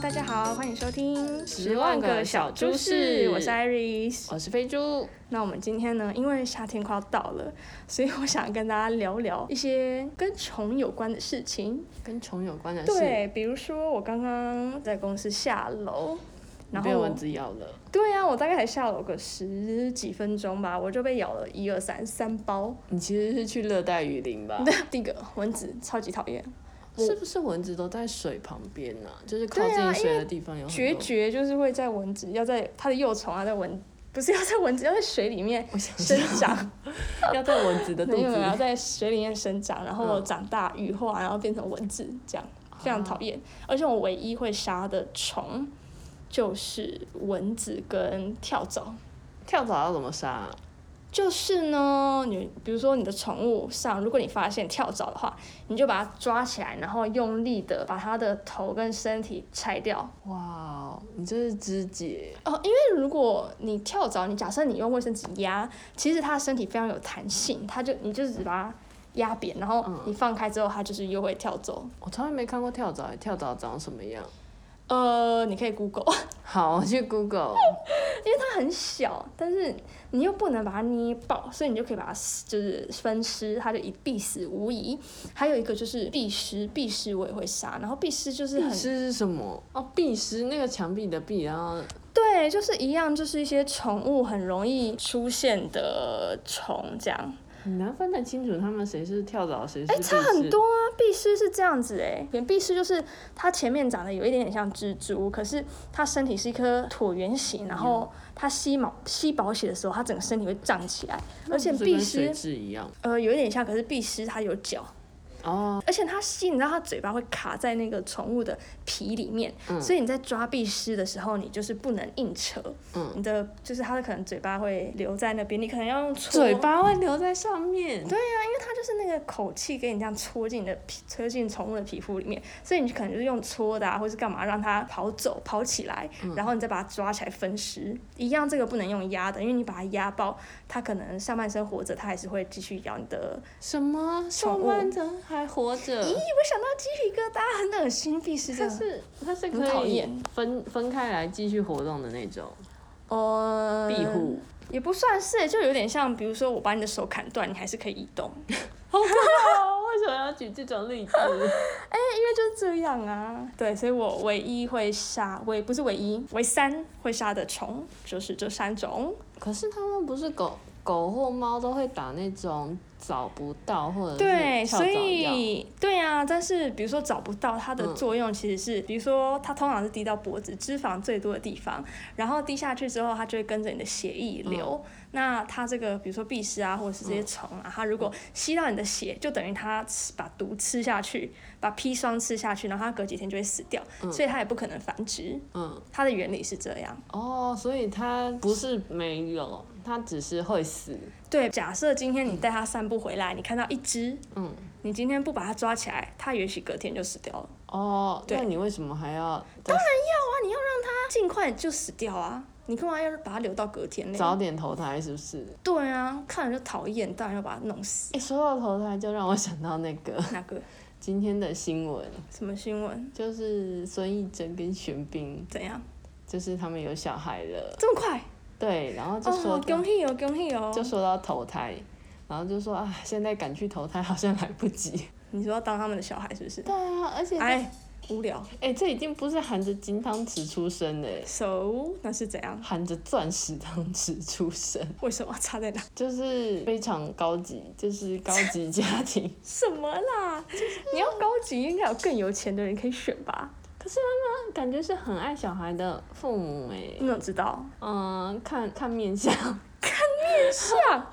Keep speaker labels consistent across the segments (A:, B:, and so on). A: 大家好，欢迎收听《
B: 十万个小猪事
A: 我是 Iris。
B: 哦我是飞猪，
A: 那我们今天呢，因为夏天快要到了，所以我想跟大家聊聊一些跟虫有关的事情。
B: 跟虫有关的事，
A: 对，比如说我刚刚在公司下楼，
B: 你
A: 然
B: 被
A: 后
B: 蚊子咬了，
A: 对啊，我大概才下楼个十几分钟吧，我就被咬了一二三三包。
B: 你其实是去热带雨林吧？
A: 第一个蚊子超级讨厌，
B: 哦是不是蚊子都在水旁边啊？就是靠
A: 对啊
B: 近水的地方有很
A: 决
B: 多。
A: 绝就是会在蚊子要在它的幼虫啊，在蚊不是要在蚊子要在水里面
B: 我想
A: 生长。
B: 要在蚊子的肚
A: 没有
B: 子
A: 没有，啊要
B: 里，
A: 在水里面生长，然后
B: 嗯啊
A: 长大羽化，然后变成蚊子，这样非常讨厌。而且我唯一会杀的虫就是蚊子跟跳蚤。
B: 跳蚤要怎么杀啊？
A: 就是呢，你比如说你的宠物上，如果你发现跳蚤的话，你就把它抓起来，然后用力的把它的头跟身体拆掉。
B: 哇哦，你这是肢解，
A: 哦，因为如果你跳蚤，你假设你用卫生纸压，其实它的身体非常有弹性，它就你就只把它压扁，然后
B: 嗯
A: 你放开之后，它就是又会跳走。
B: 我从来没看过跳蚤，欸跳蚤长什么样？
A: 呃，你可以 Google，
B: 好，我去 Google，
A: 它很小，但是你又不能把它捏爆，所以你就可以把它撕就是分尸，它就一必死无疑。还有一个就是必尸，必尸我也会杀，然后必尸 就是
B: 壁
A: 很
B: 虱是什么？哦，壁虱，那个墙壁的壁，然后
A: 对，就是一样，就是一些宠物很容易出现的虫这样。
B: 很难分得清楚它们谁是跳蚤，谁是
A: 哎、
B: 壁
A: 差
B: 虱
A: 很多啊！壁虱是这样子哎、欸，壁虱就是它前面长得有一点点像蜘蛛，可是它身体是一颗椭圆形，然后它吸毛吸饱血的时候，它整个身体会胀起来，而且
B: 那不是
A: 壁
B: 跟水
A: 虱
B: 蛭一样
A: 呃有一点像，可是壁虱它有脚，
B: 哦，
A: 而且它吸，你知道它嘴巴会卡在那个宠物的皮里面，
B: 嗯
A: 所以你在抓壁虱的时候，你就是不能硬扯，
B: 嗯
A: 你的就是它的可能嘴巴会留在那边，你可能要用搓
B: 嘴巴会留在上面。对，
A: 它就是那个口气给你这样戳进你的皮，戳进宠物的皮肤里面，所以你可能就是用搓的啊，或是干嘛让它跑走、跑起来，
B: 嗯
A: 然后你再把它抓起来分尸。一样，这个不能用压的，因为你把它压爆，它可能上半身活着，它还是会继续咬你的。
B: 什么？上
A: 宠物
B: 半人还活着？
A: 咦，我想到鸡皮疙瘩，很恶心，必须这
B: 它
A: 样。
B: 是它是
A: 很讨
B: 可以
A: 厌
B: 分分开来继续活动的那种
A: 呃，
B: 庇护，
A: 也不算是，就有点像，比如说我把你的手砍断，你还是可以移动，
B: 好可怕哦！ 为什么要举这种例子？
A: 因为就是这样啊。对，所以我唯一会杀，唯不是唯一，唯三会杀的虫就是这三种。
B: 可是他们不是狗狗或猫都会打那种找不到或者是
A: 对，
B: 跳
A: 所
B: 蚤药？
A: 以对啊，但是比如说找不到它的
B: 嗯
A: 作用，其实是、比如说它通常是滴到脖子脂肪最多的地方，然后滴下去之后，它就会跟着你的血液
B: 嗯
A: 流。那它这个比如说蜱虱啊，或者是这些虫啊，它如果吸到你的血，就等于它吃把毒吃下去，把砒霜吃下去，然后它隔几天就会死掉，所以它也不可能繁殖。
B: 嗯，
A: 它的原理是这样。
B: 哦，所以它不是没有，它只是会死。
A: 对，假设今天你带它散步回来，你看到一只，
B: 嗯，
A: 你今天不把它抓起来，它也许隔天就死掉了。
B: 哦，
A: 对
B: 那你为什么还要再
A: 尽快就死掉啊！你干嘛要把它留到隔天
B: 早
A: 呢？
B: 点投胎？是不是？
A: 对啊，看着就讨厌，当然要把它弄死。
B: 哎、说到投胎，就让我想到那个
A: 哪个
B: 今天的新闻，
A: 什么新闻？
B: 就是孙艺珍跟玄彬，
A: 怎样？
B: 就是他们有小孩了，
A: 这么快？
B: 对，然后就说
A: 哦，
B: 到、
A: 恭喜哦，恭喜
B: 就
A: 哦！
B: 说到投胎，然后就说啊，现在赶去投胎 好像来不及。
A: 你说要当他们的小孩是不是？
B: 对啊，而且哎
A: 哎，无聊。
B: 哎、这已经不是含着金汤匙出生的，
A: So 那是怎样？
B: 含着钻石汤匙出生，
A: 为什么差在哪？
B: 就是非常高级，就是高级家庭。
A: 什么啦？
B: 啊
A: 你要高级，应该有更有钱的人可以选吧？
B: 可是他们感觉是很爱小孩的父母哎、
A: 你怎么知道？
B: 嗯，看看面相，
A: 像
B: 啊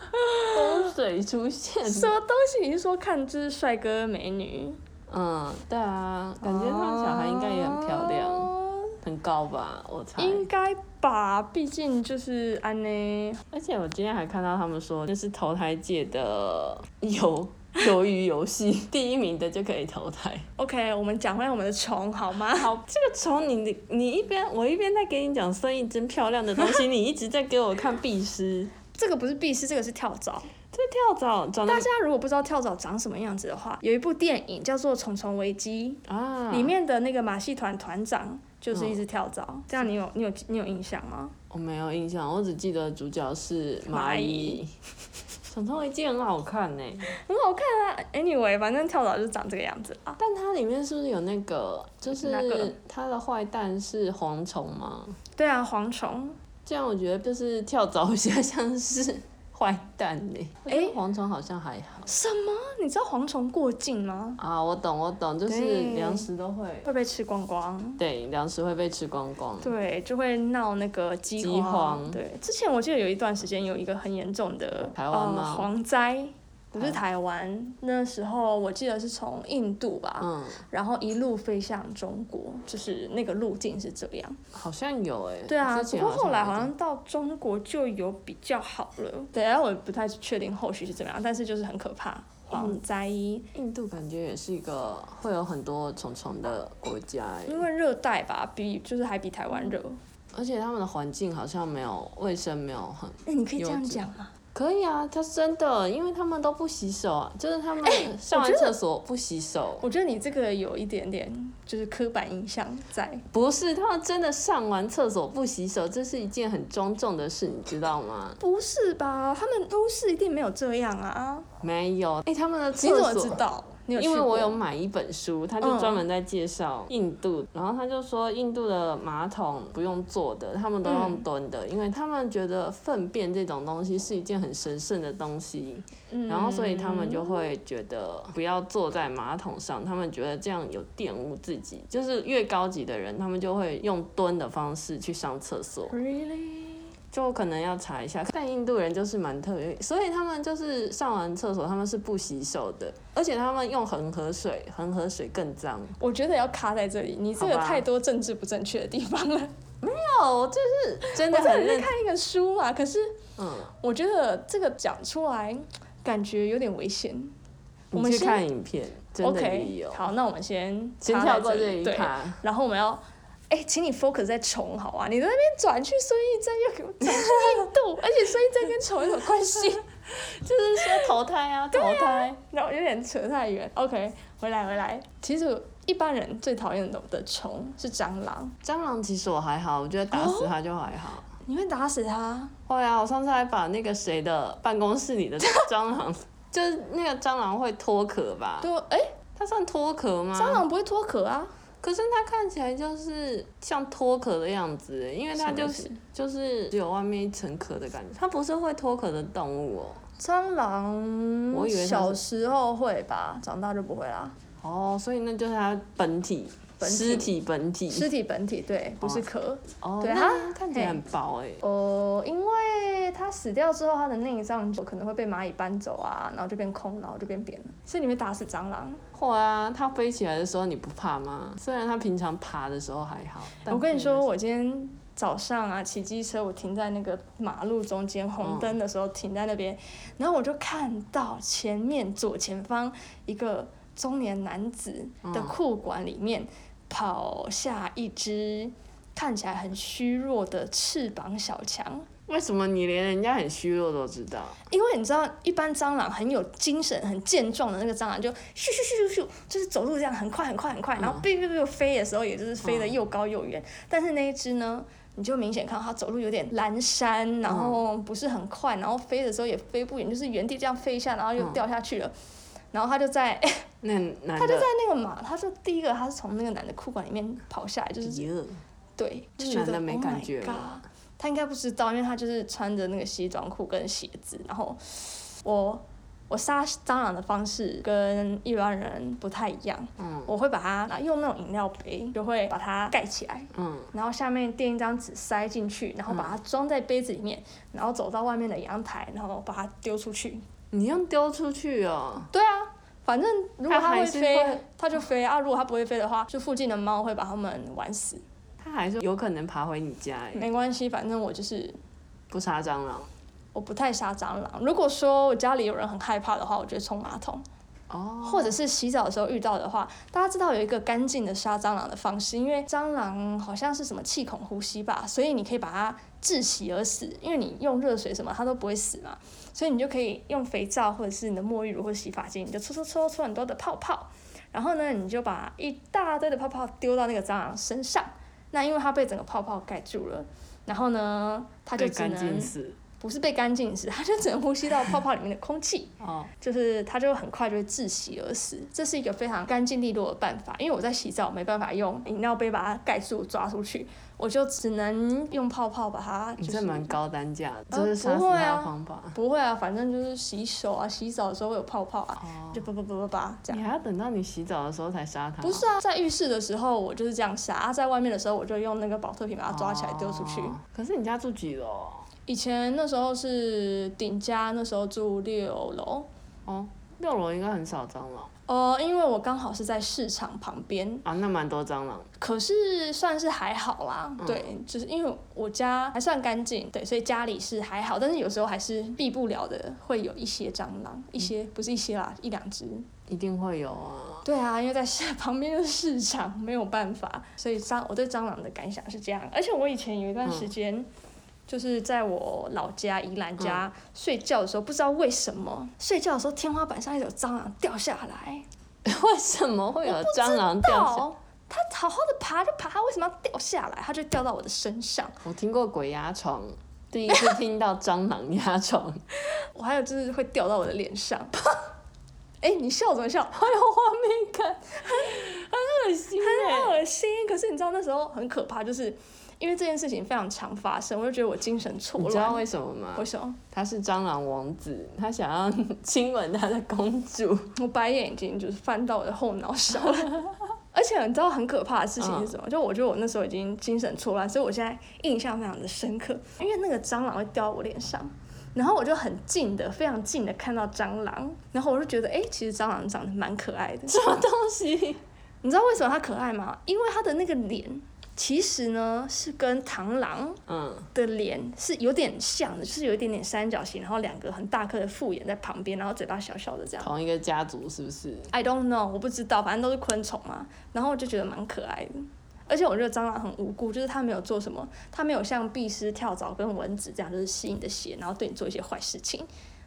B: 风水出现。
A: 什么东西？你是说看就是帅哥美女？
B: 嗯，对啊，感觉他们小孩应该也很漂亮，
A: 哦
B: 很高吧，我猜。
A: 应该吧，毕竟就是安呢。
B: 而且我今天还看到他们说，就是投胎界的游鱿鱼游戏， 第一名的就可以投胎。
A: OK，我们讲回来我们的虫好吗？
B: 好，这个虫你你你一边我一边在给你讲生意真漂亮的东西，你一直在给我看壁虱。
A: 这个不是壁虱，这个是跳蚤。
B: 这跳蚤长得
A: 嗯大家如果不知道跳蚤长什么样子的话，有一部电影叫做《虫虫危机》，
B: 啊，
A: 里面的那个马戏团团长就是一只跳蚤。这样你有你有你有印象吗？
B: 我没有印象，我只记得主角是蚂
A: 蚂
B: 蚁
A: 蚁。
B: 沈腾一季很好看呢、
A: 很好看啊。Anyway，反正跳蚤就是长这个样子啊。
B: 但它里面是不是有那个，就
A: 哪个
B: 是它的坏蛋是蝗虫吗？
A: 对啊，蝗虫。
B: 这样我觉得就是跳蚤比较像是坏蛋呢、我觉得
A: 诶
B: 蝗虫好像还好
A: 什么？啊你知道蝗虫过境吗？
B: 啊，我懂我懂，就是
A: 对
B: 粮食都会，
A: 会被吃光光。
B: 对，粮食会被吃光光。
A: 对，就会闹那个饥
B: 饥荒
A: 对，之前我记得有一段时间有一个很严重的
B: 台湾吗
A: 呃、蝗灾，不是台湾，那时候我记得是从印度吧，
B: 嗯，
A: 然后一路飞向中国，就是那个路径是这样。
B: 好像有哎、
A: 对啊，
B: 之
A: 不
B: 前
A: 过后来
B: 有嗯
A: 好
B: 一点
A: 像到中国就有比较好了。对，然后我也不太确定后续是怎么样，但是就是很可怕。
B: 嗯
A: 蝗灾，因
B: 印度感觉也是一个会有很多虫虫的国家哎、
A: 为热带吧，比就是还比台湾热。
B: 嗯而且他们的环境好像没有卫生，没有很
A: 那你可以这
B: 有
A: 样
B: 这
A: 讲吗？
B: 可以啊，他真的，因为他们都不洗手啊，就是他们上完
A: 哎我觉得
B: 厕所不洗手，
A: 我觉得你这个有一点点就是刻板印象在。
B: 不是他们真的上完厕所不洗手，这是一件很庄重的事，你知道吗？
A: 不是吧？他们都市一定没有这样啊！
B: 没有，哎、他们的
A: 你
B: 厕
A: 怎么知
B: 所。
A: 道？你有去
B: 因为我
A: 过
B: 有买一本书，他就
A: 嗯
B: 专门在介绍印度，然后他就说印度的马桶不用坐的，他们都用
A: 嗯
B: 蹲的，因为他们觉得粪便这种东西是一件很神圣的东西，
A: 嗯
B: 然后所以他们就会觉得不要坐在马桶上，他们觉得这样有玷污自己。就是越高级的人，他们就会用蹲的方式去上厕所，
A: really
B: 就可能要查一下。但印度人就是蛮特别，所以他们就是上完厕所他们是不洗手的，而且他们用恒河水，恒河水更脏。
A: 我觉得要卡在这里，你这个
B: 好吧
A: 太多政治不正确的地方了。
B: 哦，就是 真
A: 我
B: 的
A: 这
B: 很
A: 里在
B: 认，
A: 看一个书嘛，可是
B: 嗯，
A: 我觉得这个讲出来感觉有点危险。我
B: 你
A: 们
B: 去
A: 先
B: 看影片，真的
A: OK，
B: 也有。
A: 好，那我们先
B: 先
A: 插在
B: 跳过
A: 这
B: 这
A: 里
B: 一
A: 对，
B: 趴。
A: 然后我们要。哎、请你 focus 在虫好啊！你在那边转去孙艺珍，又给我转去印 度，而且孙艺珍跟虫有什么关系？
B: 就是说投胎 啊，投胎。
A: 然后有点扯太远。OK，回来回来。其实一般人最讨厌的虫是蟑螂，
B: 蟑螂其实我还好，我觉得打死它就还好。
A: 你会打死它？
B: 会啊，我上次还把那个谁的办公室里的蟑 螂，就是那个蟑螂会脱壳吧？
A: 对，哎、
B: 它算脱壳吗？
A: 蟑。螂不会脱壳啊。
B: 可是它看起来就是像脱壳的样子，欸因为它就
A: 什么
B: 是
A: 意
B: 就是只有外面一层壳的感觉，它不是会脱壳的动物哦。
A: 蟑螂，
B: 我以为它是
A: 小时候会吧，长大就不会啦。
B: 哦，所以那就是它本体，
A: 本体
B: 尸体本体。
A: 尸体本体对，不是壳。
B: 哦，
A: 对
B: 那
A: 它
B: 看起来很薄哎、
A: 呃，因为它死掉之后，它的内脏就可能会被蚂蚁搬走啊，然后就变空，然后就变扁了。所以你会打死蟑螂？
B: 会啊，它飞起来的时候你不怕吗？虽然它平常爬的时候还好。但
A: 我跟你
B: 飞的时
A: 说，
B: 候，
A: 我今天早上啊，骑机车，我停在那个马路中间红灯的时候停在那边，然后我就看到前面左前方一个中年男子的
B: 嗯
A: 裤管里面跑下一只看起来很虚弱的翅膀小强。
B: 为什么你连人家很虚弱都知道？
A: 因为你知道，一般蟑螂很有精神、很健壮的那个蟑螂，就咻咻咻咻咻，就是走路这样很快、很快、很快，然后
B: 嗯
A: 哔哔哔飞的时候，也就是飞得又高又远。但是那一只呢，你就明显看到它走路有点蹒跚，然后不是很快，然后飞的时候也飞不远，就是原地这样飞一下，然后又
B: 嗯
A: 掉下去了。然后它就在，
B: 那男的，
A: 它就在那个马，它就第一个，它是从那个男的裤管里面跑下来，就是
B: 是
A: 对，就
B: 那
A: 觉
B: 男
A: 得
B: 的没
A: oh
B: 感
A: my
B: 觉
A: God
B: 吗
A: 他应该不知道，因为他就是穿着那个西装裤跟鞋子，然后我我杀蟑螂的方式跟一般人不太一样，
B: 嗯
A: 我会把它拿用那种饮料杯，就会把它盖起来。
B: 嗯，
A: 然后下面垫一张纸塞进去，然后把它装在杯子里面，然后走到外面的阳台，然后把它丢出去。
B: 你用丢出去哦，
A: 对啊，反正如果
B: 它
A: 它
B: 还
A: 会
B: 是
A: 飞
B: 会，
A: 它就飞啊；如果它不会飞的话，就附近的猫会把它们玩死。
B: 他还是有可能爬回你家哎，
A: 没关系，反正我就是
B: 不杀蟑螂
A: 我不太杀蟑螂。如果说我家里有人很害怕的话，我就会冲马桶，
B: 哦，
A: 或者是洗澡的时候遇到的话，大家知道有一个干净的杀蟑螂的方式，因为蟑螂好像是什么气孔呼吸吧，所以你可以把它窒息而死，因为你用热水什么它都不会死嘛，所以你就可以用肥皂或者是你的沐浴乳或洗发精，你就搓搓搓搓很多的泡泡，然后呢，你就把一大堆的泡泡丢到那个蟑螂身上，那因为它被整个泡泡盖住了，然后呢，它就
B: 被
A: 只
B: 干净
A: 能
B: 死
A: 不是被干净死，它就只能呼吸到泡泡里面的空气。
B: 哦，
A: 就是它就很快就会窒息而死。这是一个非常干净利落的办法，因为我在洗澡没办法用饮料杯把它盖住抓出去，我就只能用泡泡把它、
B: 你
A: 就是。
B: 这蛮高单价的，这
A: 呃
B: 是杀
A: 不
B: 死
A: 会
B: 他的
A: 啊
B: 方法。
A: 不会啊，反正就是洗手啊，洗澡的时候会有泡泡啊，
B: 哦，
A: 就叭叭叭叭叭这样。
B: 你还要等到你洗澡的时候才杀它？
A: 不是啊，在浴室的时候我就是这样杀，啊在外面的时候我就用那个保特瓶把它啊抓起来丢出去。
B: 哦可是你家住几楼？
A: 以前那时候是顶家，那时候住六楼，
B: 哦，六楼应该很少蟑螂
A: 哦、因为我刚好是在市场旁边，
B: 啊，那蛮多蟑螂。
A: 可是算是还好啦，
B: 嗯
A: 对，就是因为我家还算干净，对，所以家里是还好，但是有时候还是避不了的，会有一些蟑螂，一些、不是一些啦，一两只。
B: 一定会有啊，
A: 对啊，因为在市 旁边的市场没有办法，所以蟑我对蟑螂的感想是这样。而且我以前有一段时间，就是在我老家宜兰家、睡觉的时候，不知道为什么睡觉的时候天花板上有蟑螂掉下来，
B: 为什么会有蟑螂掉下？
A: 到它好好的爬就爬，它为什么要掉下来？它就掉到我的身上。
B: 我听过鬼压床，第一次听到蟑螂压床，
A: 我还有就是会掉到我的脸上。 哎、你笑怎 么笑？
B: 好有画面感，很恶心哎、
A: 很恶心。可是你知道那时候很可怕，就是因为这件事情非常常发生，我就觉得我精神错
B: 你知道
A: 乱。
B: 为什么吗
A: 为？什么？
B: 他是蟑螂王子，他想要 亲吻他的公主。
A: 我白眼已经就是翻到我的后脑勺了。 而且你知道很可怕的事情是什么？就我觉得我那时候已经精神错乱，所以我现在印象非常的深刻，因为那个蟑螂会掉到我脸上。然后我就很近的，非常近的看到蟑螂，然后我就觉得，哎、其实蟑螂长得蛮可爱的。
B: 什么东西？
A: 你知道为什么它可爱吗？因为它的那个脸，其实呢是跟螳螂
B: 嗯，
A: 的脸是有点像的，就是有一点点三角形，然后两个很大颗的复眼在旁边，然后嘴巴小小的这样。
B: 同一个家族是不是？
A: I don't know，我不知道，反正都是昆虫嘛。然后我就觉得蛮可爱的，而且我觉得蟑螂很无辜，就是它没有做什么，它没有像壁虱、跳蚤跟蚊子这样，就是吸你的血，然后对你做一些坏事情。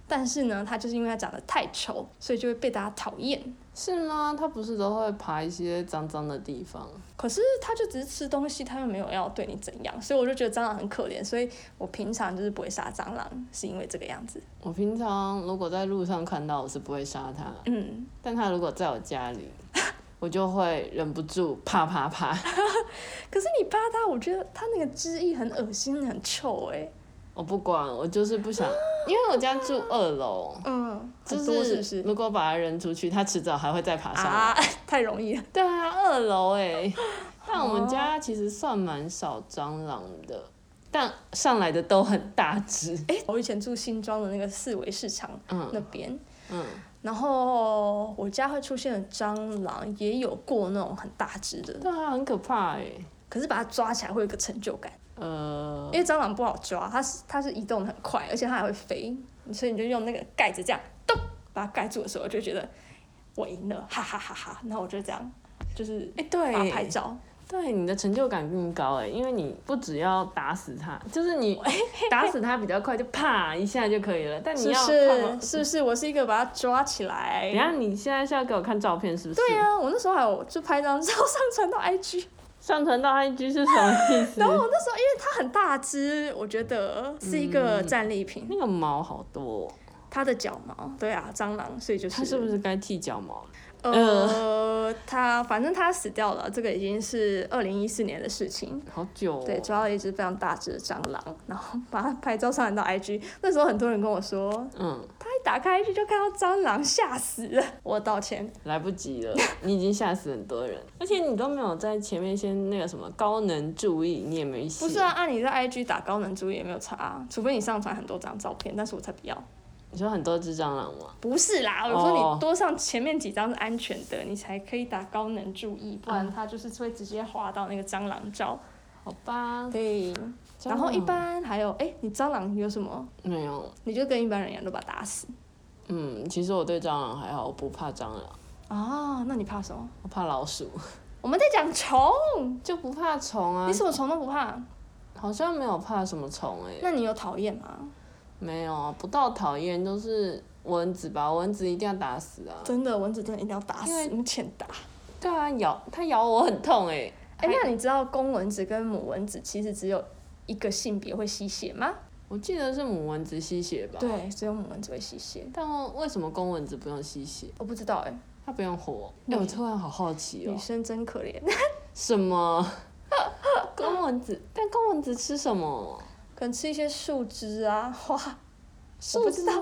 A: 但是呢，它就是因为它长得太丑，所以就会被大家讨厌。
B: 是吗？他不是都会爬一些脏脏的地方？
A: 可是它就只是吃东西，它又没有要对你怎样，所以我就觉得蟑螂很可怜，所以我平常就是不会杀蟑螂，是因为这个样子。
B: 我平常如果在路上看到，我是不会杀它，
A: 嗯，
B: 但它如果在我家里， 我就会忍不住啪啪啪。
A: 可是你扒它，我觉得它那个汁液很恶心，很臭哎、
B: 我不管，我就是不想，因为我家住二楼，
A: 嗯，
B: 就
A: 很多是不是？
B: 如果把它扔出去，它迟早还会再爬上来。
A: 啊， 太容易了。
B: 对啊，二楼哎、 但我们家其实算蛮少蟑螂的，但上来的都很大只。
A: 哎、我以前住新庄的那个四维市场
B: 嗯
A: 那边，
B: 嗯，
A: 然后我家会出现的蟑螂，也有过那种很大只的，
B: 对啊，很可怕哎、
A: 可是把它抓起来会有一个成就感，
B: 呃，
A: 因为蟑螂不好抓，它是它是移动的很快，而且它还会飞，所以你就用那个盖子这样咚把它盖住的时候，就觉得我赢了，哈哈哈哈。然后我就这样，就是
B: 哎、
A: 把它拍
B: 对，
A: 照，
B: 对，你的成就感更高哎、因为你不只要打死它，就是你打死它比较快，就啪一下就可以了。但你
A: 是不
B: 要
A: 是？是不是？我是一个把它抓起来
B: 等一。下你现在是要给我看照片是不是？
A: 对啊，我那时候还有就拍张照上传到 IG。
B: 上传到 IG 是什么意 思
A: 然？后我那时候因为它很大只，我觉得是一个
B: 嗯
A: 战利品。
B: 那个毛好多哦、
A: 它的脚毛，对啊，蟑螂，所以就是
B: 它是不是该剃脚毛了？
A: 呃，它反正它死掉了，这个已经是二零一四年的事情。
B: 好久、哦。
A: 对，抓到一只非常大只的蟑螂，然后把它拍照上传到 IG。那时候很多人跟我说，
B: 嗯。
A: 他一打开 IG 就看到蟑螂，吓死了。我道歉，
B: 来不及了， 你已经吓死很多人，而且你都没有在前面先那个什么高能注意，你也没写。
A: 不是啊，，按、你在 IG 打高能注意也没有差、啊，除非你上传很多张照片，但是我才不要。
B: 你说很多只蟑螂吗？
A: 不是啦，我
B: 哦
A: 说你多上前面几张是安全的，你才可以打高能注意，不然它就是会直接滑到那个蟑螂照。
B: 好吧，
A: 对，
B: 蟑螂
A: 然后一般还有，哎、你蟑螂有什么？
B: 没有。
A: 你就跟一般人一样都把它打死。
B: 嗯，其实我对蟑螂还好，我不怕蟑螂，
A: 哦，那你怕什么？啊
B: 我怕 老鼠，
A: 我们在讲虫，
B: 就不怕虫啊
A: 你。什么虫都不怕，
B: 好像没有怕什么虫哎、
A: 那你有讨厌吗？
B: 没有啊，不到讨厌，就是蚊子吧，蚊子一定要打死啊。
A: 真的，蚊子真的一定要打
B: 因为
A: 死，你们欠打。
B: 对啊，咬它咬我很痛哎、
A: 哎、那你知道公蚊子跟母蚊子其实只有一个性别会吸血吗？
B: 我记得是母蚊子吸血吧？。
A: 对，只有母蚊子会吸血。
B: 但为什么公蚊子不用吸血？
A: 我不知道哎、
B: 它不用火？哎、
A: 对
B: 我突然好好奇哦、
A: 女生真可怜，
B: 什么？ 公蚊子？但公蚊子吃什么？
A: 可能吃一些树枝啊， 花。
B: 是
A: 我不知道。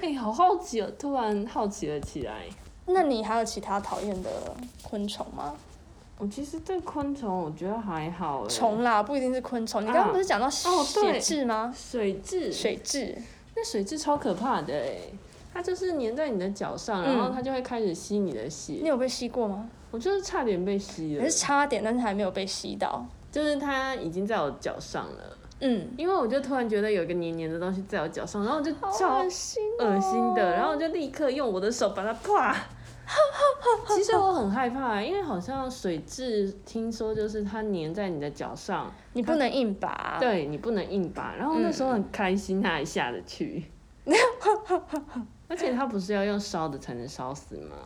B: 哎、好好奇哦、突然好奇了起来。
A: 那你还有其他讨厌的昆虫吗？
B: 我其实对昆虫我觉得还好、欸。
A: 虫啦，不一定是昆虫。你刚刚不是讲到血蛭吗？
B: 水蛭，
A: 水蛭，
B: 那水蛭超可怕的哎、它就是粘在你的脚上，然后
A: 嗯
B: 它就会开始吸你的哎血。
A: 你有被吸过吗？
B: 我就是差点被吸
A: 也
B: 了
A: 是，差点，但是还没有被吸到。
B: 就是它已经在我脚上了，
A: 嗯，
B: 因为我就突然觉得有一个黏黏的东西在我脚上，然后我就
A: 好
B: 超
A: 恶心、哦，
B: 恶心的，然后我就立刻用我的手把它 啪。其实我很害怕、因为好像水蛭听说就是它粘在你的脚上，
A: 你不能硬拔。，
B: 对你不能硬拔。然后那时候很开心，它还下得去。 而且它不是要用烧的才能烧死吗？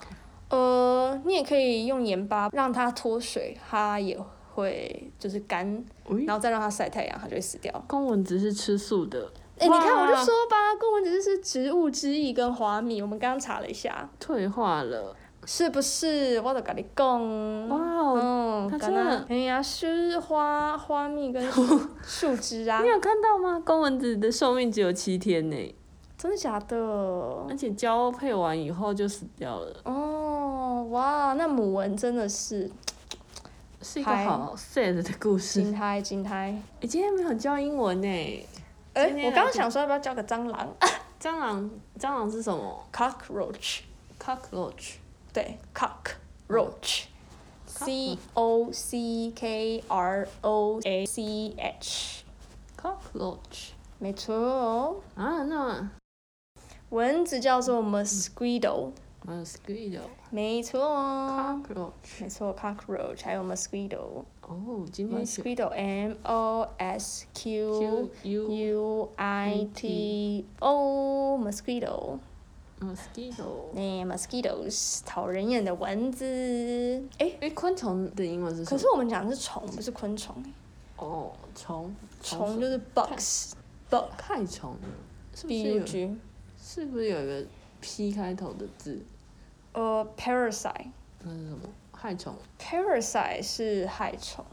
A: 呃，你也可以用盐巴让它脱水，它也会就是干，
B: 喂
A: 然后再让它晒太阳，它就会死掉。
B: 公蚊子是吃素的，
A: 哎、你看
B: 哇
A: 我就说吧，公蚊子就是植物之翼跟花蜜，我们刚刚查了一下，
B: 退化了。
A: 是不是？我都跟你讲。
B: 哇哦！
A: 嗯，
B: 它
A: 可
B: 真的
A: 能哎呀，是花花蜜跟树树枝啊
B: 你，有看到吗？公蚊子的寿命只有七天呢，
A: 真的假的
B: 而？且交配完以后就死掉了，
A: 哦，哇，那母蚊真的是
B: 是一个
A: 嗨
B: 好 sad 的故事。
A: 惊胎惊胎。
B: 你今天没有教英文呢？
A: 哎、
B: 今天
A: 我
B: 来
A: 刚刚
B: 讲
A: 想说要不要叫个蟑 螂
B: 蟑螂，蟑螂是什么
A: ，cockroach，
B: ？cockroach。
A: 对，cockroach，c o c k r o a c h，
B: cockroach
A: 没错哦。
B: 啊，那
A: 蚊子叫做 mosquito，
B: mosquito
A: 没错哦，
B: cockroach。
A: 没错，cockroach 还有 mosquito。
B: 哦，今天学
A: Mosquito M O S Q
B: Q U
A: U I T O mosquito，
B: mosquito。
A: 那 mosquitoes 讨人厌的蚊子。哎，
B: 哎，昆虫的英文是什
A: 可
B: 么
A: 是？我们讲的是虫，不是昆虫。
B: 哦，虫，
A: 虫就是是 bugs，bug
B: 害虫了，是不是
A: B U
B: 有？
A: G，
B: 是不是有一个 P 开头的字？
A: 呃，parasite，parasite
B: 那是什么？害虫。
A: 是害虫，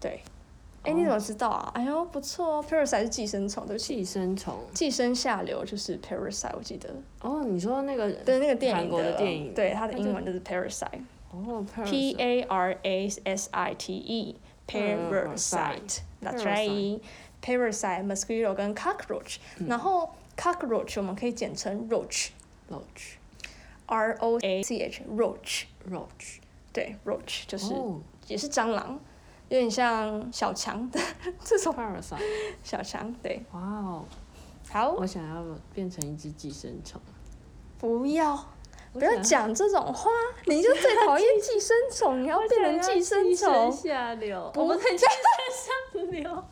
A: 对。
B: 哦
A: 哎，你怎么知道啊？哎呦，不错哦，parasite 是寄生虫，对不起。
B: 寄生虫。
A: 寄生下流就是 parasite，我记得。
B: 哦，你说那个
A: 对，那个电
B: 韩
A: 影
B: 国的电影
A: 对它的
B: 它就
A: 英文就是 parasite。
B: 哦
A: P
B: ，parasite。
A: A R A S I T E
B: 嗯
A: parasite。That's right. Parasite, mosquito 跟 cockroach，、然
B: 嗯
A: 后 cockroach 我们可以简称 roach，R
B: roach
A: O A C H roach，
B: roach。
A: 对，roach 就是、
B: 哦
A: 也是蟑螂，有点像小强 的这种
B: parasite。
A: 小强，对，
B: 哇哦。
A: 好
B: 我，想要变成一只寄生虫。
A: 不要
B: 我
A: 不要
B: 想
A: 讲这种话，你就最讨厌寄生 虫，你要变成寄生虫，
B: 啊下流，
A: 不
B: 我不能寄生上流，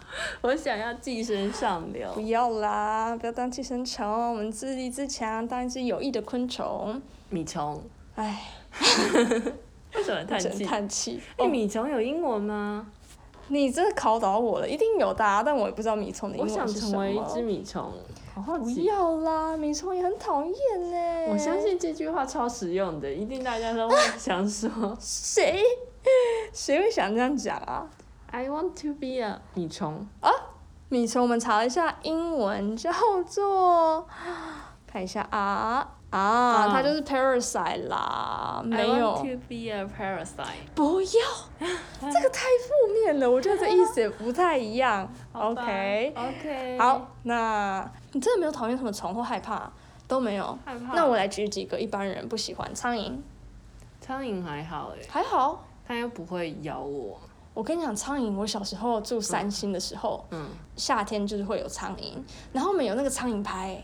B: 我想要寄生上
A: 不
B: 流。
A: 要啦，不要当寄生虫，我们自立自强，当一只有益的昆虫。
B: 米虫，
A: 唉，
B: 为什么叹
A: 只能
B: 气？
A: 叹气。
B: 哎，
A: 哦，
B: 米虫有英文吗？
A: 你真的考倒我了，一定有答案，但我也不知道米虫的英
B: 我想
A: 文是什
B: 成为一只
A: 么。
B: 米虫，好好
A: 不
B: 奇。
A: 要啦，米虫也很讨厌呢。
B: 我相信这句话超实用的，一定大家 都会想说
A: 谁 谁会想这样讲啊？
B: ，I want to be a 米虫。
A: 米虫，我们查了一下，英文叫做，看一下啊啊，它就是 parasite 啦，没
B: I
A: 有
B: want。to be a parasite。
A: 不要，这个太负面了，我觉得这意思也不太一样。
B: 好吧
A: OK，
B: OK。
A: 好，那你真的没有讨厌什么虫或害怕都没有
B: 害怕。
A: 那我来举几个一般人不喜欢，苍蝇
B: 苍蝇还好哎，
A: 还好。
B: 它又不会咬我。
A: 我跟你讲，苍蝇，我小时候住三星的时候，
B: 嗯，
A: 夏天就是会有苍蝇，然后我们有那个苍蝇拍，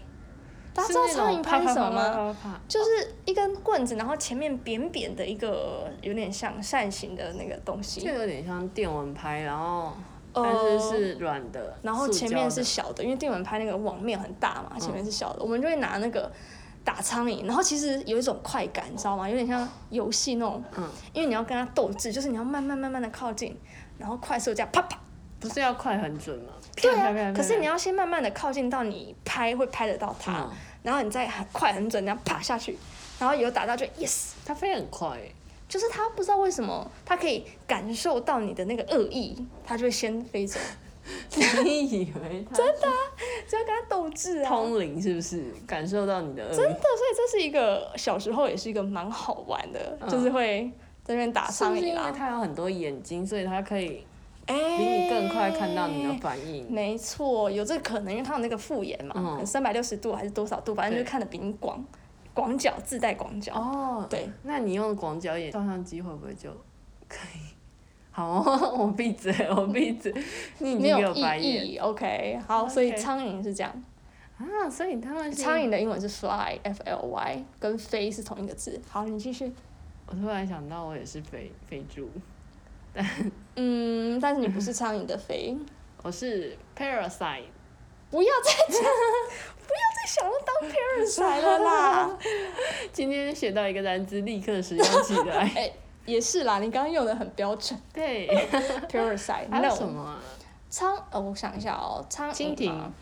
A: 大家知道
B: 是那
A: 苍
B: 种
A: 蝇拍是什么
B: 啪啪啪
A: 吗？
B: 啪啪啪
A: 就是一根棍子，然后前面扁扁的一个，有点像扇形的那个东西
B: 就，有点像电蚊拍，然后
A: 呃
B: 但是是软的，嗯
A: 然后前面是
B: 塑
A: 小的，因为电蚊拍那个网面很大嘛，它前面是小的，我们就会拿那个打苍蝇，然后其实有一种快感，你知道吗？有点像游戏那种，
B: 嗯
A: 因为你要跟它斗智，就是你要慢慢慢慢的靠近，然后快速这样啪啪。
B: 不是要快很准吗？
A: 对
B: 啪啪啪啪
A: 啊，可是
B: 啪
A: 你要先慢慢的靠近到你拍会拍得到它，
B: 嗯
A: 然后你再很快很准，这样啪下去，然后有打到就 yes，
B: 它飞很快 欸，
A: 就是它不知道为什么它可以感受到你的那个恶意，它就会先飞走，
B: 你以为它真的
A: 就要跟它斗智啊。
B: 通灵是不是？感受到你的恶意
A: 真的，所以这是一个小时候也是一个蛮好玩的，
B: 嗯
A: 就是会在那边打
B: 是
A: 苍
B: 不是
A: 蝇
B: 因为
A: 啦，
B: 它有很多眼睛，所以它可以
A: 哎，
B: 比你更快看到你的。反应？
A: 没错，有这个可能，因为它有那个复眼
B: 嗯
A: 嘛，三百六十度还是多少度，反正就
B: 对
A: 看得比你广，广角自带广角。
B: 哦，
A: 对，
B: 那你用广角眼照相机会不会就可以？好、哦， 我闭嘴，我闭嘴，你已
A: 没
B: 经给我
A: 有
B: 白
A: 意
B: 眼哦
A: 义。OK，好，所以
B: OK
A: 苍蝇是这样，
B: 啊！所以他们是
A: 苍蝇的英文是 fly，f l y，跟飞是同一个字。好，你继续。
B: 我突然想到，我也是飞飞猪，
A: 嗯，但是你不是苍蝇的 飞，
B: 我是 parasite。
A: 不要再讲，不要再想要当 parasite 了啦。
B: 今天学到一个单词，立刻使用起 来。
A: 哎，也是啦，你刚刚用的很标 准
B: 对，
A: parasite。
B: 还有什
A: no，
B: 么啊？
A: 苍，呃，我想一下哦，苍
B: 蜻
A: 蝇
B: 蜓
A: 吗，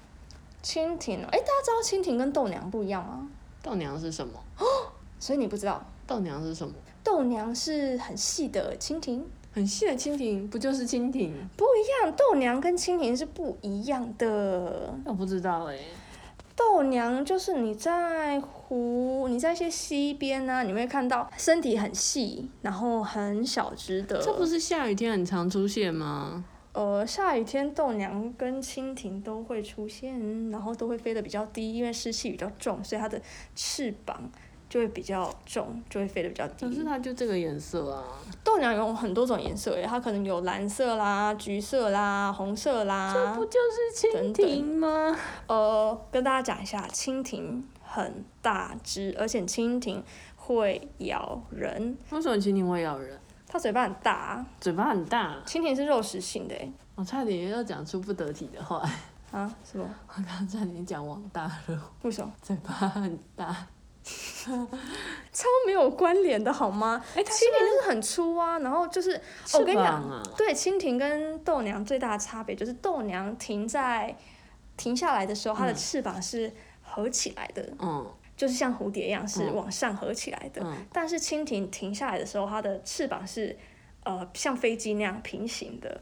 A: 蜻蜓哦，哎，大家知道蜻蜓跟豆娘不一样吗？
B: 豆娘是什么？
A: 所以你不知道，
B: 豆娘是什么？
A: 豆娘是很细的蜻蜓。
B: 很细的蜻蜓，不就是蜻蜓？
A: 不一样，豆娘跟蜻蜓是不一样的。
B: 我不知道哎、
A: 豆娘就是你在湖，你在一些溪边啊，你会看到身体很细，然后很小只的。
B: 这不是下雨天很常出现吗？
A: 呃，下雨天豆娘跟蜻蜓都会出现，然后都会飞得比较低，因为湿气比较重，所以它的翅膀就会比较重，就会飞得比较低。
B: 可是它就这个颜色啊，
A: 豆娘有很多种颜色耶，它可能有蓝色啦、橘色啦、红色啦。
B: 这不就是蜻蜓吗？
A: 呃，跟大家讲一下，蜻蜓很大只，而且蜻蜓会咬人，
B: 为什么蜻蜓会咬人？
A: 它嘴巴很大啊。
B: 嘴巴很大，
A: 蜻蜓是肉食性的欸，
B: 我差点要讲出不得体的话，
A: 啊，什么？
B: 我刚刚差点讲王大陆，
A: 为什么？
B: 嘴巴很大。
A: 超没有关联的好吗？
B: 哎、它
A: 蜻蜓就是很粗啊，然后就是，哦我跟你
B: 翅
A: 讲
B: 膀啊，
A: 对，蜻蜓跟豆娘最大的差别就是豆娘停在停下来的时候，它的
B: 嗯
A: 翅膀是合起来的，
B: 嗯
A: 就是像蝴蝶一样是
B: 嗯
A: 往上合起来的。
B: 嗯，
A: 但是蜻蜓停下来的时候，它的翅膀是呃像飞机那样平行的，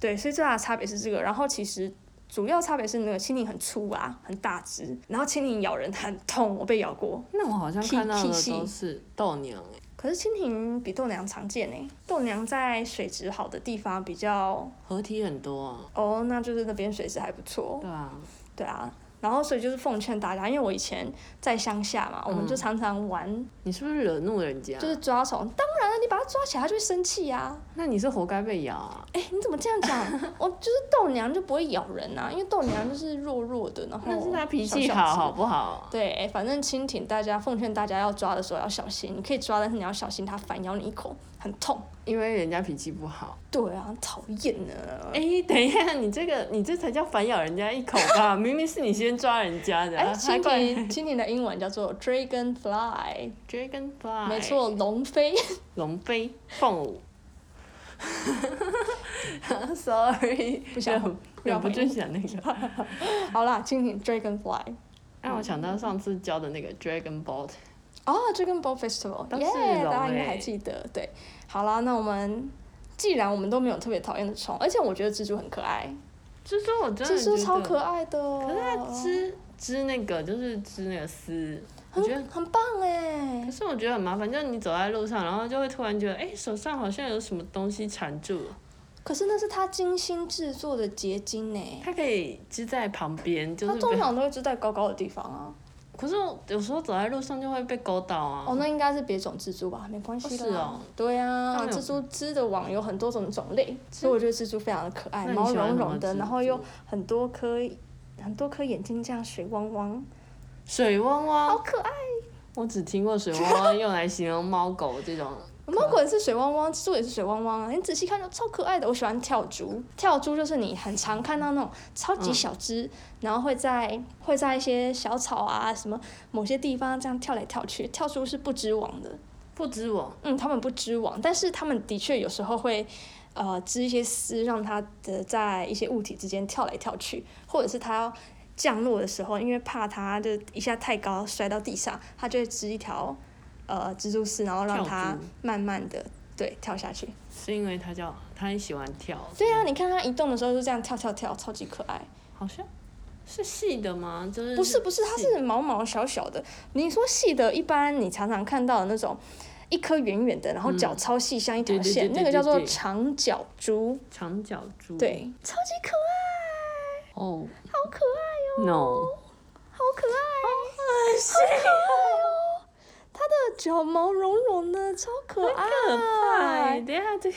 A: 对，所以最大的差别是这个。然后其实主要差别是那个蜻蜓很粗啊，很大只，然后蜻蜓咬人很痛，我被咬过。
B: 那我好像看到
A: 屁
B: 的
A: 屁
B: 都是豆娘、欸，
A: 可是蜻蜓比豆娘常见呢、欸豆娘在水质好的地方比较
B: 合体很多啊。
A: 哦，那就是那边水质还不错，
B: 对啊，
A: 对啊。然后所以就是奉劝大家，因为我以前在乡下嘛，我们就常常玩，
B: 你是不是惹怒人家？
A: 就是抓虫。当然了，你把它抓起来，它就会生气啊呀、
B: 那你是活该被咬啊。
A: 哎、你怎么这样讲？我就是豆娘就不会咬人啊，因为豆娘就是弱弱的，然后
B: 但是他脾气
A: 小小
B: 好，
A: 只
B: 好。不好？
A: 对，哎反正蜻蜓，大家奉劝大家要抓的时候要小心，你可以抓，但是你要小心它反咬你一口，很痛。
B: 因为人家脾气不好。
A: 对啊，很讨厌呢。
B: 哎、等一下，你这个你这才叫反咬人家一口 吧？明明是你先抓人家的，
A: 哎、
B: 还
A: 蜻
B: 怪
A: 蜓，蜻蜓的英文叫做 dragonfly，
B: dragonfly，
A: 没，错，龙飞。
B: 龙飞凤 舞。Sorry，
A: 不想
B: 忍
A: 不
B: 忍
A: 要
B: 不
A: 回
B: 住
A: 应
B: 想那个。
A: 好啦，蜻蜓 dragonfly。
B: 让我想到上次教的那个 dragon boat，
A: 哦，Dragon Ball Festival，
B: 都
A: 耶
B: 是龙
A: 大家应该
B: 欸
A: 还记得。对，好啦，那我们既然我们都没有特别讨厌的虫，而且我觉得蜘蛛很可爱。
B: 蜘蛛我真的
A: 蜘蛛
B: 觉
A: 超
B: 得
A: 可爱的，
B: 可是
A: 哦
B: 它织织那个就是织那个丝，我觉得
A: 很很棒哎
B: 可。是我觉得很麻烦，就是你走在路上，然后就会突然觉得，哎、手上好像有什么东西缠住了，
A: 可是那是它精心制作的结晶呢，
B: 它可以支在旁边，就
A: 它
B: 是
A: 通
B: 不要。
A: 常都会织在高高的地方啊。
B: 可是我有时候走在路上就会被勾到啊。
A: 哦，那应该是别种蜘蛛吧，没关系
B: 哦
A: 的。
B: 是哦。
A: 对啊，
B: 那有
A: 蜘蛛织的网有很多种种类，所以我觉得蜘蛛非常的可爱，
B: 那你
A: 毛
B: 喜欢
A: 茸
B: 什么
A: 茸的，
B: 蜘
A: 然后又
B: 蛛
A: 很多颗很多颗眼睛，这样水汪汪，
B: 水汪
A: 好
B: 汪，
A: 可爱。
B: 我只听过水汪汪用来形容猫狗这种，
A: 猫狗也是水汪汪，蜘蛛也是水汪汪啊！你仔细看就超可爱的。我喜欢跳蛛，跳蛛就是你很常看到那种超级小只，然后会在会在一些小草啊什么某些地方这样跳来跳去。跳蛛是不织网的，
B: 不知我
A: 嗯，它们不织网，但是它们的确有时候会。呃，织一些丝，让它的在一些物体之间跳来跳去，或者是它要降落的时候，因为怕它就一下太高摔到地上，它就会织一条呃蜘蛛丝，然后让
B: 跳
A: 它
B: 蛛
A: 慢慢的对跳下去。
B: 是因为它叫它很喜欢跳，
A: 对啊，你看它移动的时候就这样跳跳跳，超级可爱。
B: 好像是细的吗？就是
A: 不是不是，它
B: 细
A: 是毛毛小小的。你说细的，一般你常常看到的那种。一颗圆圆的，然后脚超细，像一条
B: 对对对
A: 线，
B: 对
A: 那个
B: 对
A: 叫做
B: 对
A: 长脚蛛，
B: 长脚蛛，
A: 对，超级可爱，
B: 哦、
A: 好可爱。
B: no，
A: 好可爱，恶心，好可爱哦！它的脚毛茸茸的，超可爱。
B: 可怕！哎等一下这个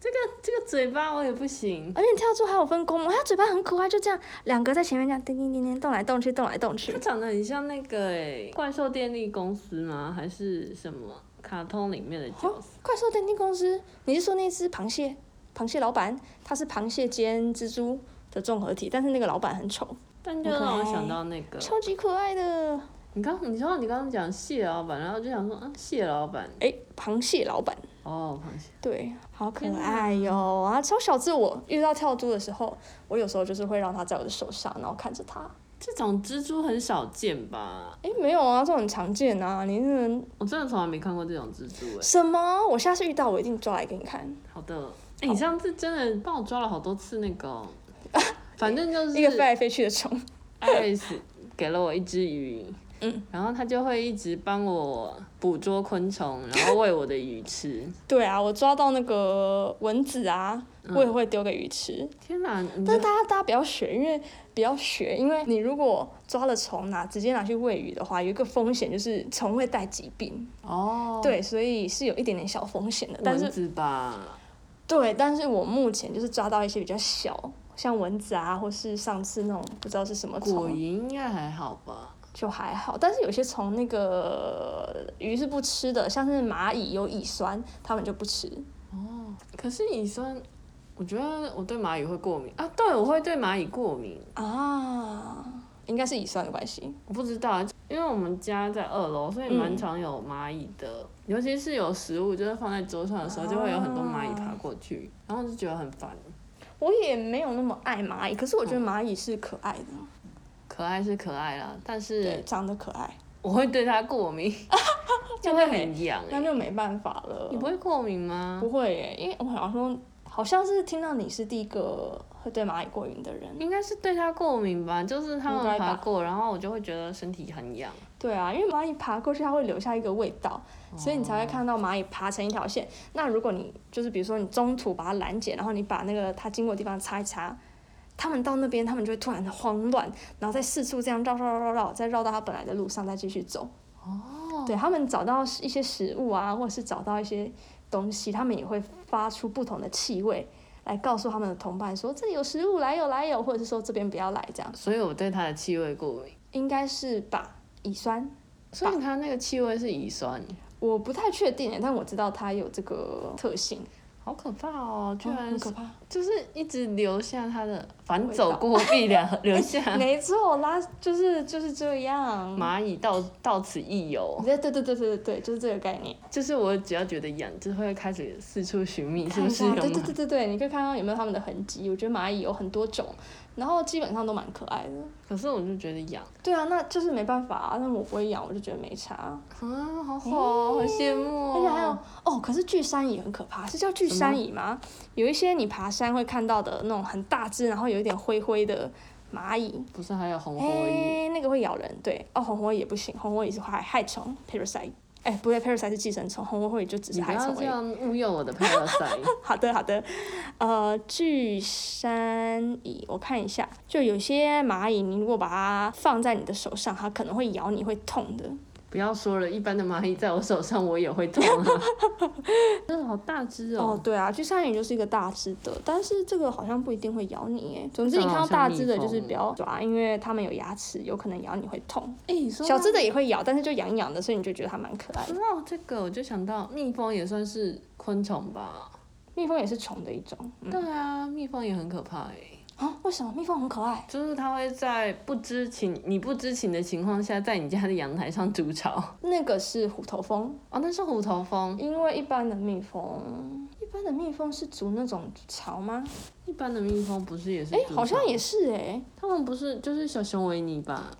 B: 这个这个嘴巴我也不行，
A: 而且跳蛛还有分公母，它嘴巴很可爱，就这样两个在前面这样叮叮叮叮动来动去，动来动去
B: 它。长得很像那个诶、怪兽电力公司吗？还是什么卡通里面的角色？
A: 快速电力公司，你是说那只螃蟹？螃蟹老板，它是螃蟹兼蜘蛛的综合体，但是那个老板很丑，
B: 但就让我想到那个，
A: 超级可爱的。
B: 你刚你知道你刚刚讲蟹老板，然后我就想说啊蟹老板
A: 哎，螃蟹老板，
B: 哦螃蟹，
A: 对，好可
B: 天哪
A: 爱哟、啊，超小只我。遇到跳蛛的时候，我有时候就是会让它在我的手上，然后看着它。
B: 这种蜘蛛很少见吧？
A: 哎，没有啊，这很常见啊！你那人
B: 我真的从来没看过这种蜘蛛诶、哎
A: 什么？我下次遇到我一定抓来给你看。
B: 好的，哎、你上次真的帮我抓了好多次那个哦，反正就
A: 一个飞
B: 是
A: 来飞去的虫，
B: Iris 给了我一只鱼，
A: 嗯，
B: 然后他就会一直帮我捕捉昆虫，然后喂我的鱼 吃。
A: 对啊，我抓到那个蚊子啊，
B: 嗯
A: 我也会丢给鱼吃。
B: 天哪，你
A: 但
B: 这
A: 是大家大家不要学，因为不要学，因为你如果抓了虫拿直接拿去喂鱼的话，有一个风险就是虫会带疾病，
B: 哦，
A: 对，所以是有一点点小风险的。但
B: 蚊
A: 是
B: 子吧，
A: 对，但是我目前就是抓到一些比较小，像蚊子啊，或是上次那种不知道是什么
B: 果
A: 虫，
B: 蝇应该还好吧？
A: 就还好，但是有些虫那个鱼是不吃的，像是蚂蚁有蚁酸，它们就不吃。
B: 可是蚁酸，我觉得我对蚂蚁会过敏啊，对，我会对蚂蚁过敏。
A: 啊，应该是乙酸的关系。
B: 我不知道，啊因为我们家在二楼，所以蛮
A: 嗯
B: 常有蚂蚁的，尤其是有食物就是放在桌上的时
A: 啊
B: 候，就会有很多蚂蚁爬过去，然后就觉得很烦。
A: 我也没有那么爱蚂蚁，可是我觉
B: 嗯
A: 得蚂蚁是可爱的，
B: 可爱是可爱啦，但
A: 对，
B: 是
A: 长得可爱，
B: 我会对它过 敏，就会很痒、
A: 那
B: 欸。
A: 就没办法了。
B: 你不会过敏吗
A: 不？会耶？因为我好像说，好像是听到你是第一个会对蚂蚁过敏的人。
B: 应该是对它过敏吧，就是它
A: 应该
B: 们
A: 吧
B: 爬过，然后我就会觉得身体很痒。
A: 对啊，因为蚂蚁爬过去，它会留下一个味道，所以你才会看到蚂蚁爬成一条线。那如果你就是比如说你中途把它拦截，然后你把那个它经过的地方擦一擦，它们到那边，它们就会突然慌乱，然后再四处这样绕绕绕绕绕，再绕到它本来的路上，再继续走。哦，对，它们找到一些食物啊，或者是找到一些东西，它们也会发出不同的气味。来告诉他们的同伴说这里有食物，来有来有，或者是说这边不要来，这样
B: 所以我对它的气味过敏，
A: 应该是吧？乙酸
B: 所以它那个气味是乙酸，
A: 我不太确定耶，但我知道它有这个特性，
B: 好可怕哦！居
A: 哦
B: 然
A: 很
B: 是
A: 可怕。
B: 就是一直留下它的，反正
A: 味
B: 走
A: 道
B: 过必然留下
A: 没错啦，就是就是这 样。
B: 蚂蚁到到此一游，
A: 对对对对对对，就是这个概念。
B: 就是我只要觉得痒，就会开始四处寻觅，是不是有
A: 看一下对对
B: 蚂
A: 对对对，你可以看到有没有它们的痕迹。我觉得蚂蚁有很多种，然后基本上都蛮可爱的。
B: 可是我就觉得痒
A: 对啊，那就是没办法啊，那我不会养，我就觉得没差。
B: 啊，好好哦，好羡慕哦。
A: 而且还有哦，可是巨山蚁很可怕，是叫巨山蚁吗？有一些你爬山会看到的那种很大只，然后有一点灰灰的蚂蚁，
B: 不是还有红火蚁？
A: 哎，那个会咬人，对。哦，红火蚁也不行，红火蚁是害害虫，parasite。哎，不对，parasite 是寄生虫，红火蚁就只是
B: 你不
A: 害
B: 要
A: 虫
B: 这
A: 而已。
B: 样误用我的啊 parasite。
A: 好的，好的。呃，巨山蚁，我看一下，就有些蚂蚁，你如果把它放在你的手上，它可能会咬你，会痛的。
B: 不不要说了，一般的蚂蚁在我手上我也会痛啊，真的好大只
A: 哦
B: 哦，。
A: 对啊，就鲨鱼就是一个大只的，但是这个好像不一定会咬你诶。总之你看到大只的，就是不要抓，因为它们有牙齿，有可能咬你会痛。
B: 哎、你说
A: 小
B: 到
A: 只的也会咬，但是就痒痒的，所以你就觉得它蛮可爱的。
B: 说到这个，我就想到蜜蜂也算是昆虫吧？
A: 蜜蜂也是虫的一种嗯
B: 对啊，蜜蜂也很可怕哎、
A: 啊？为什么蜜蜂很可爱？
B: 就是它会在不知情你不知情的情况下，在你家的阳台上筑巢。
A: 那个是虎头蜂，
B: 哦，那是虎头蜂，
A: 因为一般的蜜蜂，一般的蜜蜂是筑那种巢吗？
B: 一般的蜜蜂不是也是？
A: 哎、好像也，是哎、
B: 他们不是就是小熊维尼吧？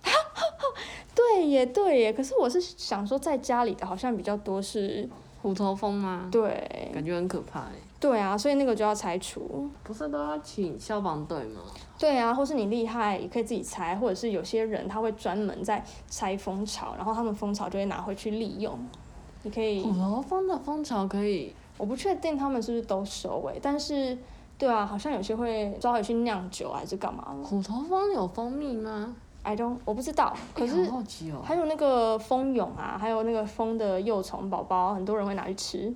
A: 对耶对耶。可是我是想说，在家里的好像比较多是，
B: 虎头蜂吗？
A: 对
B: 感觉很可怕哎、
A: 对啊，所以那个就要拆除。
B: 不是都要请消防队吗？
A: 对啊，或是你厉害也可以自己拆，或者是有些人他会专门在拆蜂巢，然后他们蜂巢就会拿回去利用。你可以，
B: 虎头蜂的蜂巢可以，
A: 我不确定他们是不是都收尾，但是对啊，好像有些会抓回去酿酒还是干嘛了
B: 虎头蜂有蜂蜜吗？
A: ？I don't，我不知道。可
B: 哎
A: 是
B: 好好奇哦。
A: 还有那个蜂蛹啊，还有那个蜂的幼虫宝宝，很多人会拿去吃。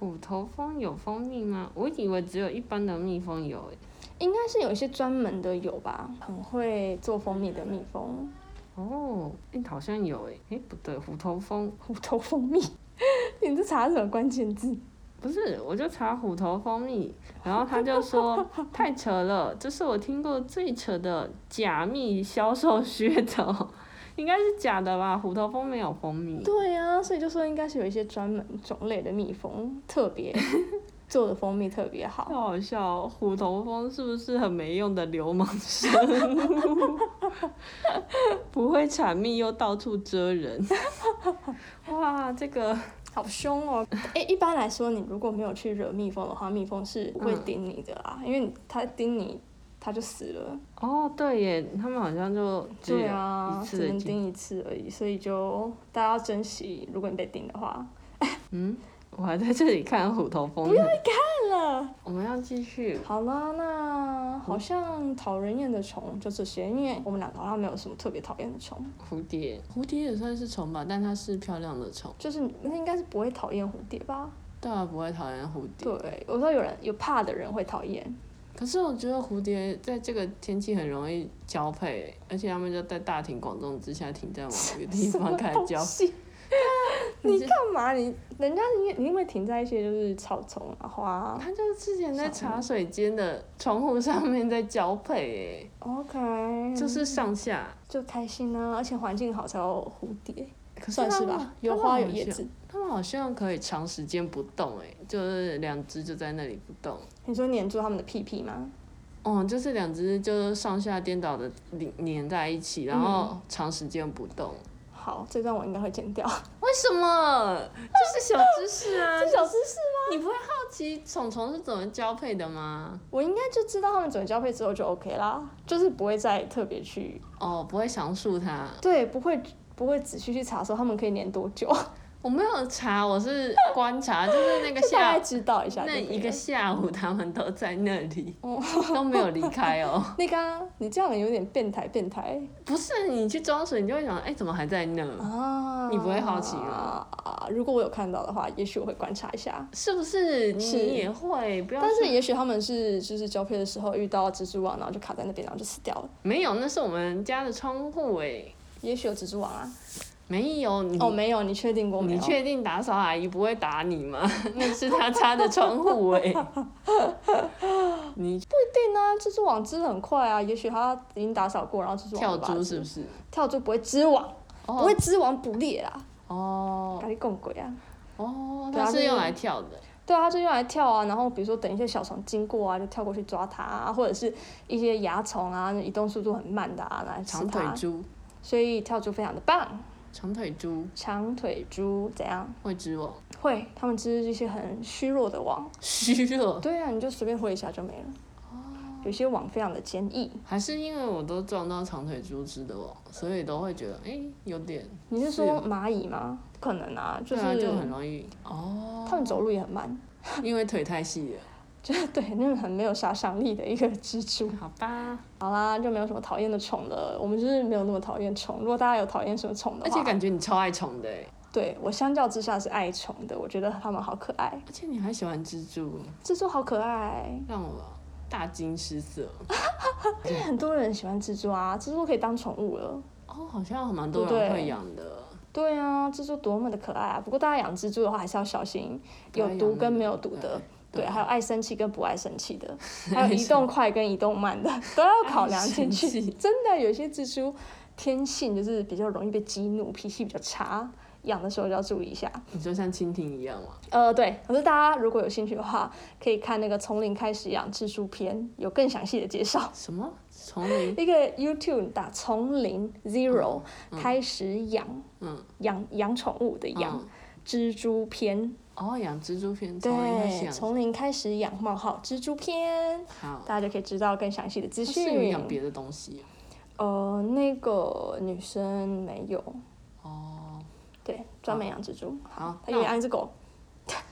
B: 虎头蜂有蜂蜜吗？我以为只有一般的蜜蜂有诶。
A: 应该是有一些专门的有吧，很会做蜂蜜的蜜蜂，
B: 哦，诶、好像有诶。诶、不对，虎头蜂
A: 虎头蜂蜜。 你这查什么关键字？
B: 不是，我就查虎头蜂蜜，然后他就说太扯了，这是我听过最扯的假蜜销售噱头，应该是假的吧？虎头蜂没有蜂蜜，
A: 对啊，所以就说应该是有一些专门种类的蜜蜂，特 别做的蜂蜜特别
B: 太
A: 好。
B: 好笑哦、虎头蜂是不是很没用的流氓生物？不会产蜜又到处蛰人，哇，这个
A: 好凶 哦！哎、一般来说，你如果没有去惹蜜蜂的话，蜜蜂是不会
B: 嗯
A: 叮你的啦，因为你它叮你，它就死了。
B: 哦，对耶，他们好像就只
A: 对
B: 有
A: 啊
B: 一，次
A: 只
B: 的
A: 能
B: 经
A: 叮一次而已，所以就大家要珍惜。如果你被叮的话，
B: 嗯，我还在这里看虎头蜂蜜，
A: 看了。
B: 我们要继续
A: 好啦，
B: 嗯
A: 那好像讨人厌的虫就这些，因为我们两个好像没有什么特别讨厌的虫，
B: 蝴蝶，蝴蝶也算是虫吧，但它是漂亮的虫。
A: 就是那应该是不会讨厌蝴蝶吧？
B: 对啊，不会讨厌蝴蝶。
A: 对，我说有人有怕的人会讨厌，
B: 可是我觉得蝴蝶在这个天气很容易交配，而且它们就在大庭广众之下停在某个地
A: 什么
B: 方开始
A: 东
B: 交配。
A: 西？你
B: 这
A: 干嘛？你人家你也你会停在一些就是草丛啊花
B: 它就之前在茶水间的窗户上面在交配，
A: ，OK，
B: 哎，就是上下。
A: 就开心啊，而且环境好才有蝴蝶，
B: 可是
A: 算
B: 它
A: 是
B: 们
A: 吧，有花有叶。
B: 它们好像
A: 子。
B: 它啊们好像可以长时间不动，哎，就是两只就在那里不动。
A: 你说粘住它们的屁屁吗？
B: 哦，就是两只就是上下颠倒的粘在一起，然后
A: 嗯
B: 长时间不动。
A: 好，这段我应该会剪掉。
B: 为什么？就是小知识啊！
A: 这小知识，
B: 你不会好奇虫虫是怎么交配的吗？
A: 我应该就知道它们怎么交配之后就 OK 啦，就是不会再特别去，
B: 哦，不会详述它。
A: 对，不会不会仔细去查说它们可以粘多久，
B: 我没有查，我是观察，就是那个
A: 就大
B: 下
A: 概知道一下就
B: 那
A: 可以了。
B: 一个下午，他们都在那里
A: 哦，
B: 都没有离开哦。
A: 那个啊、你这样有点变态，变态
B: 不是你去装水，你就会想，哎、怎么还在那？
A: 啊！
B: 你不会好奇吗
A: 啊？如果我有看到的话，也许我会观察一下。
B: 是不是？你
A: 是
B: 也会？不要说。
A: 但是也许他们是就是交配的时候遇到蜘蛛网，然后就卡在那边，然后就死掉了。
B: 没有，那是我们家的窗户哎、
A: 也许有蜘蛛网啊？
B: 没有你。
A: 哦，没有，你确定过没
B: 你
A: 有？
B: 确定打扫阿姨不会打你 吗？那是她擦的窗户哎、你
A: 定啊，蜘蛛网织的很快啊，也许它已经打扫过，然后蜘蛛网
B: 跳
A: 就把它
B: 猪
A: 织
B: 是不是？
A: 跳猪不会织网，不会织网捕猎啦，
B: 哦
A: 赶紧共鬼啊！
B: 哦，
A: 对啊
B: 它
A: 就是是
B: 用来跳的。
A: 对啊，它就用来跳啊，然后比如说等一些小虫经过啊，就跳过去抓它啊，或者是一些蚜虫啊，移动速度很慢的啊，拿来吃
B: 长腿
A: 它。
B: 猪，
A: 所以跳猪非常的棒，
B: 长腿猪
A: 长腿猪怎样？
B: 会织网，
A: 会，它们织一些很虚弱的网。
B: 虚弱。
A: 对啊，你就随便挥一下就没了。有些网非常的坚毅，
B: 还是因为我都撞到长腿猪织的网，所以都会觉得哎、有点，
A: 你是
B: 是
A: 说
B: 哦
A: 蚂蚁吗？不可能啊，就是、
B: 对啊，就很容易哦。
A: 它们走路也很慢。
B: 因为腿太细了，
A: 就是 对那种很没有杀伤力的一个蜘蛛。
B: 好吧，
A: 好啦，就没有什么讨厌的虫了。我们就是没有那么讨厌虫。如果大家有讨厌什么虫的
B: 而
A: 话，
B: 且感觉你超爱虫的哎，
A: 对我相较之下是爱虫的，我觉得它们好可爱，
B: 而且你还喜欢蜘蛛，
A: 蜘蛛好可爱。
B: 让我大惊失色。
A: 因为很多人喜欢蜘蛛啊，蜘蛛可以当宠物了。
B: 哦，好像蛮多人会养的。
A: 对啊，蜘蛛多么的可爱啊！不过大家养蜘蛛的话还是要小心，
B: 啊
A: 有毒跟没有毒的。对，还有爱生气跟不爱生气 的，还有移动快跟移动慢的，都要考量进
B: 爱生
A: 去。
B: 气
A: 真的，有些蜘蛛天性就是比较容易被激怒，脾气比较差，养的时候就要注意一下。
B: 你说像蜻蜓一样吗？
A: 呃，对，可是大家如果有兴趣的话，可以看那个《从零开始养蜘蛛篇》，有更详细的介绍。
B: 什么丛林？
A: 一个 YouTube 打从零 zero、开始养
B: 嗯，
A: 养养宠物的养、
B: 嗯
A: 蜘蛛篇，
B: 哦，养蜘蛛片，丛林开始
A: 对，
B: 养。
A: 从零开始养冒号蜘蛛篇，
B: 好，
A: 大家就可以知道更详细的资
B: 它哦是有
A: 讯
B: 养。别的东西
A: 呃，那个女生没有，
B: 哦。
A: 对，专门养蜘蛛，
B: 好，
A: 她
B: 哦那
A: 有
B: 我
A: 养一只狗。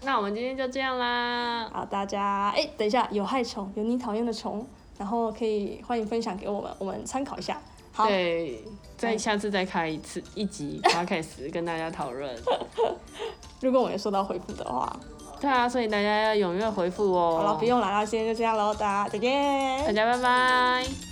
B: 那我们今天就这样啦。
A: 好，大家哎，等一下，有害虫，有你讨厌的虫，然后可以欢迎分享给我们，我们参考一下。好，
B: 对，再下次再开一次一集 podcast 跟大家讨论。
A: 如果我们有收到回复的话，
B: 对啊，所以大家要踊跃回复哦。
A: 好了，不，用了，那今天就这样喽，大家再见。
B: 大家拜拜。